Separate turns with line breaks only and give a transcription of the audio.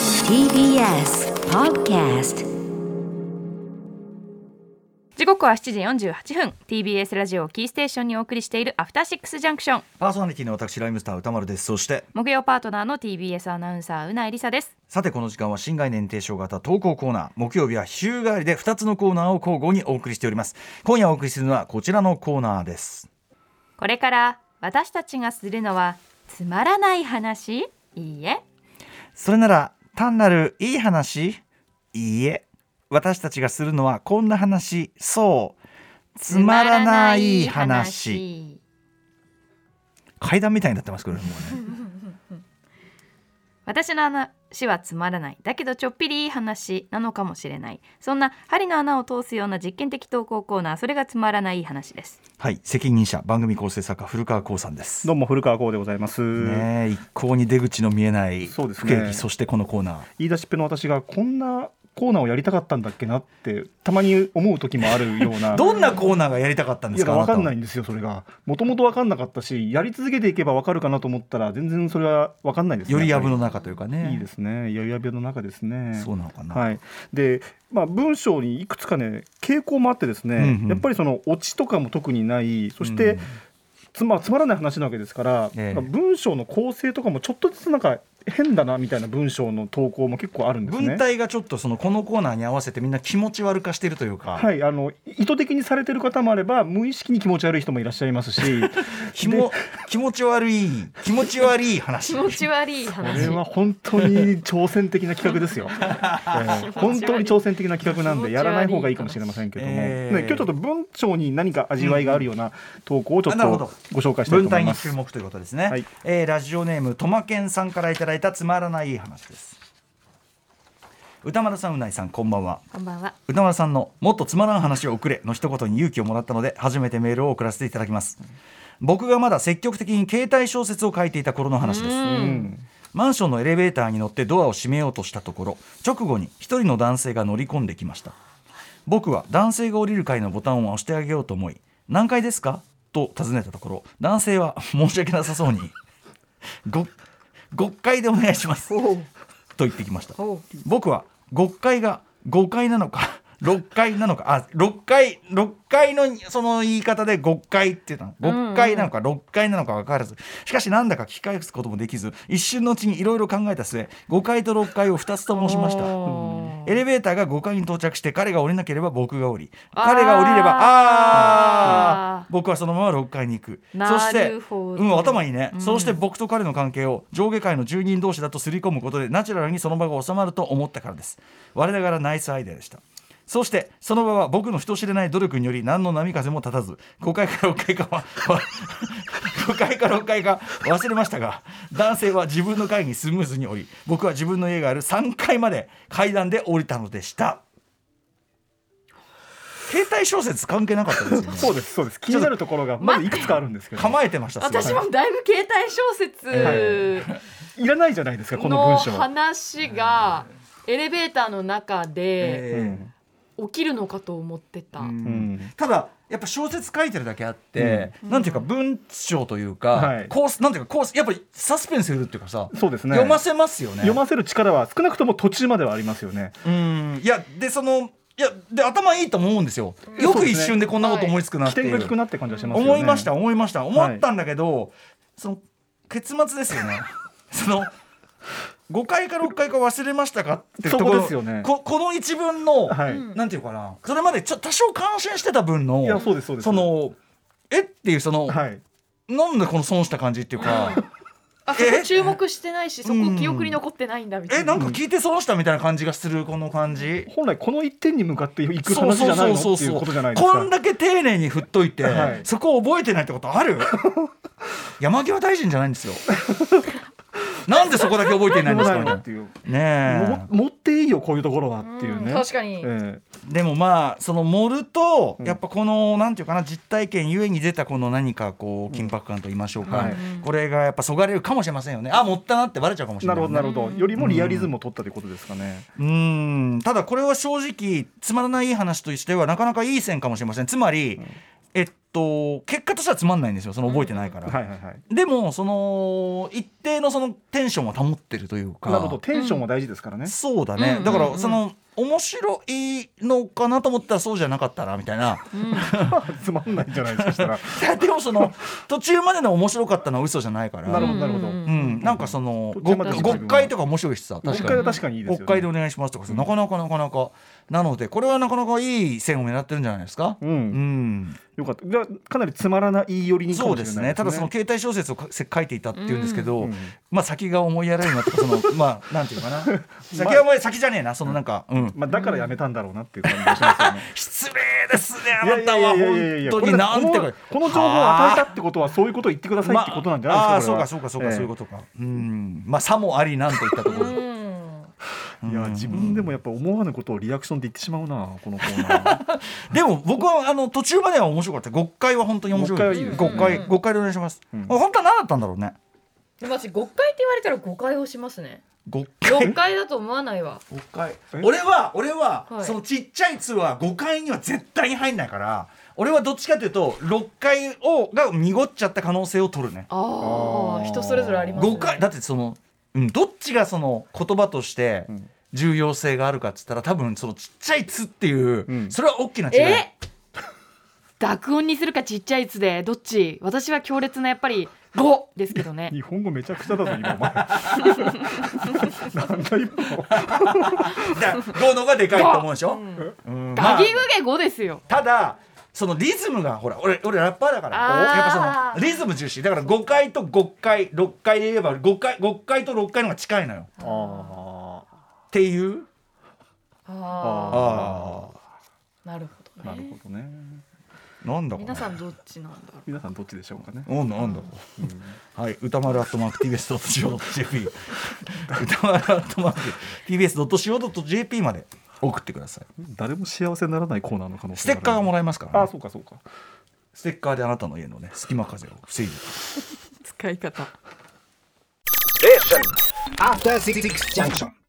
TBS Podcast
時刻は7時48分 TBS ラジオをキーステーションにお送りしているアフターシックスジャンクション
パーソナリティの私ライムスター歌丸ですそして
木曜パートナーの TBS アナウンサーうなえりさです
さてこの時間は新概念提唱型投稿コーナー木曜日は週替わりで2つのコーナーを交互にお送りしております今夜お送りするのはこちらのコーナーです
これから私たちがするのはつまらない話いいえ
それなら単なるいい話いいえ私たちがするのはこんな話そうつまらない話階段みたいになってますけれどもね
私の話はつまらないだけどちょっぴりいい話なのかもしれないそんな針の穴を通すような実験的投稿コーナーそれがつまらない話です
はい責任者番組構成作家古川光さんです
どうも古川剛でございます、
ねえ一向に出口の見えない
そう
不
ですね
景気そしてこのコーナー
言い出しっぺの私がこんなコーナーをやりたかったんだっけなってたまに思う時もあるよう な
どんなコーナーがやりたかったんで
い
す
や
か
分かんないいんですよそれがもともと分かんなかったしやり続けていけば分かるかなと思ったら全然それは分かんないですね
より藪の
やっ
中というか
ぱ
ね
りいいですねよりやぶの中ですね
そうなのかな、
はい、で、まあ、文章にいくつかね傾向もあってですね、
うんうん
やっぱりそのオチとかも特にないそして、
うん
つまつまらない話なわけですから、
ええ
まあ文章の構成とかもちょっとずつなんか変だなみたいな文章の投稿も結構あるんですね
文。体がちょっとそのこのコーナーに合わせてみんな気持ち悪化してるというか、
はい、あの意図的にされてる方もあれば無意識に気持ち悪い人もいらっしゃいますし
気も気持ち悪い気持ち悪い話
気持ち悪い
これ
話
は本当に挑戦的な企画です よ、えー本当に挑戦的な企画なんでやらない方がいいかもしれませんけれども、
えー
ね今日ちょっと文章に何か味わいがあるような投 稿をちょっ
あなるほ
と
ど
ご紹介したいと
文
思い
体
ま
に
す
注。目ということですね、
はい
えーラジオネームとまけんさんからいただいたつまらない話です歌丸さんうないさんこんばんは
こんばんは
歌丸さんの「もっとつまらん話をくれ」の一言に勇気をもらったので初めてメールを送らせていただきます僕がまだ積極的に携帯小説を書いていた頃の話です
うん
マンションのエレベーターに乗ってドアを閉めようとしたところ直後に一人の男性が乗り込んできました僕は男性が降りる階のボタンを押してあげようと思い「何階ですか?」と尋ねたところ男性は申し訳なさそうに「ご5階でお願いします」と言ってきました
おう
僕は5階が5階なのか6階 なのかあ6階6階のその言い方で5階って言ったの6階なのか6階なのか分からずしかしなんだか聞き返すこともできず一瞬のうちにいろいろ考えた末5階と6階を2つともしました
おー
エレベーターが5階に到着して彼が降りなければ僕が降り
あー
彼が降りればあ
あ
あ僕はそのまま6階に行くそ
な
して
る、ほど
うん、頭いいね、
うん
そうして僕と彼の関係を上下界の住人同士だとすり込むことでナチュラルにその場が収まると思ったからです我ながらナイスアイデアでしたそしてその場は僕の人知れない努力により何の波風も立たず5階から6階かは 5階から6階か忘れましたが男性は自分の階にスムーズに降り僕は自分の家がある3階まで階段で降りたのでした携帯小説関係なかったですよね
そうですそうです気になるところがまずいくつかあるんですけど
構えてましたすごい
私もだいぶ携帯小説
いらないじゃないですかこの
の
文章。
話がエレベーターの中で
えー
起きるのかと思ってた。
うん
うん
ただやっぱ小説書いてるだけあって、なんていうか文章というか、
はい
コースなんていうかコースやっぱりサスペンスいるっていうかさ、
そうですね
読ませますよね。
読ませる力は少なくとも途中まではありますよね。
うんいやでそのいやで頭いいと思うんですよ。よ
そう
く
で
一
すね
瞬でこんなこと思いつくなっ
起
てい
点
う、
が利くなって感じはしますよね。
思いました思いました思ったんだけど、その結末ですよね。 その5回か6回か忘れましたかってところ
そこですよね
ここの一文の、
はい。
うん
なんていうかなそれまでちょ多少感心してた分の
いやそうですそうです。
そのえっていうその、
はい。
なんでこの損した感じっていうか、
あそこ注目してないし、そこ記憶に残ってないんだみた
え
いな。
なんか聞いて損したみたいな感じがするこの感じ。
本来この一点に向かっていく話じゃないのっていうことじゃないですか。
こんだけ丁寧に振っといて、
はい
そこ覚えてないってことあ る山際大臣じゃないんですよなんでそこだけ覚えてないんですか
そう
み
な
た
の
い
っ
な
ていう。
ね
も持っていいよこういうところはっていうね。
うん確かに
え
え
え
でもまあその盛ると、
うん
やっぱこのなんていうかな実体験ゆえに出たこの何かこう緊迫感と言いましょうか、
うんはい
これがやっぱそがれるかもしれませんよねあもったなってバレちゃうかもしれ
な
ない、
る
ね、
ほどなるほ
う
ど。
ん
よりもリアリズムを取ったということですかね。
うーんただこれは正直つまらない話としてはなかなかいい線かもしれませんつまり、えっと結果としてはつまんないんですよその覚えてないから、
はいはいはい
でもその一定のそのテンションを保ってるというか
なるほどテンションも大事ですからね、
そうだ
うんうん
ね
うん
だからその面白いのかなと思ったらそうじゃなかったなみたいな
つまんないんじゃないですかそしたら
でもその途中までの面白かったのは嘘じゃないから
なるほどなるほど、
うん
うん、なんかその
途中までの自分は
国会とか面白いしさ
国
確か
会は
に
確かにいいですよ、
国会
ね、
でお願いしますとかさなかなかなかなかなのでこれはなかなかいい線を狙ってるんじゃないですか
う、
うんん
よかったじゃあかなりつまらない寄りにか
そう
もしれない
ですねただその携帯小説をかせ書いていたっていうんですけど、
うん
まあ先が思いやられるなとかその まあなんていうかな先は思い先じゃねえなそのなんか、うん
まあ、だからやめたんだろうなっていう感じがしますよね
失礼ですねあ
いや
ないた
や
は
いやい
本
やいや
当になんて
これこの情報を与えたってことはそういうことを言ってくださいってことなんじゃないですか、、
まああーそうかそうかそうか、そういうこととかうんまあさもありなんといったとこ ろで
ええいや自分でもやっぱ思わぬことをリアクションで言ってしまうなこのコーナ ー
でも僕はあの途中までは面白かった極回は本当に面白い極
極快はいいですね
回極回でお願いします、
うん
本当は何だったんだろうね
でも私誤解って言われたら誤解をします ね
極
誤解だと思わないわ
5回
え
俺は俺は、
はい
そのちっちゃい「つ」は5回には絶対に入んないから俺はどっちかというと6回をが濁っちゃった可能性を取るね
あ
あ
あ
ー
人それぞれありますね
5回だってその、うん、どっちがその言葉として
うん
重要性があるかっつったら多分そのちっちゃい「つ」っていう、
うん
それは大きな違い
え濁音にするかちっちゃい「つ」でどっち私は強烈なやっぱり「5」ですけどね
日本語めちゃくちゃだぞ今 お前なんだ今
だから5のがでかいと思うでしょ、うんま
ガ
あ
ギグゲ5ですよ
ただそのリズムがほら俺俺ラッパーだか
あ
ら
ー
やっぱそのリズム重視だから5回と5回6回で言えば5回5回と6回の方が近いのよ
あ
っていう
あ
あ
あなるほ
あ
ど
なる
ね
ほどね
あなんだこれ
皆さんどっちなんだろう
皆さんどっちでしょうかね
なんだなんだ、はい歌丸アットマーク TBS.CO.JP 歌丸アットマーク TBS.CO.JP まで送ってください
誰も幸せにならないコーナーの可能
ス
性
テッカーがも
ら
らえますから、
あ
ね
あそうかそうか
ステッカーであなたの家のね隙間風を防いで
使い方
After Six Junction.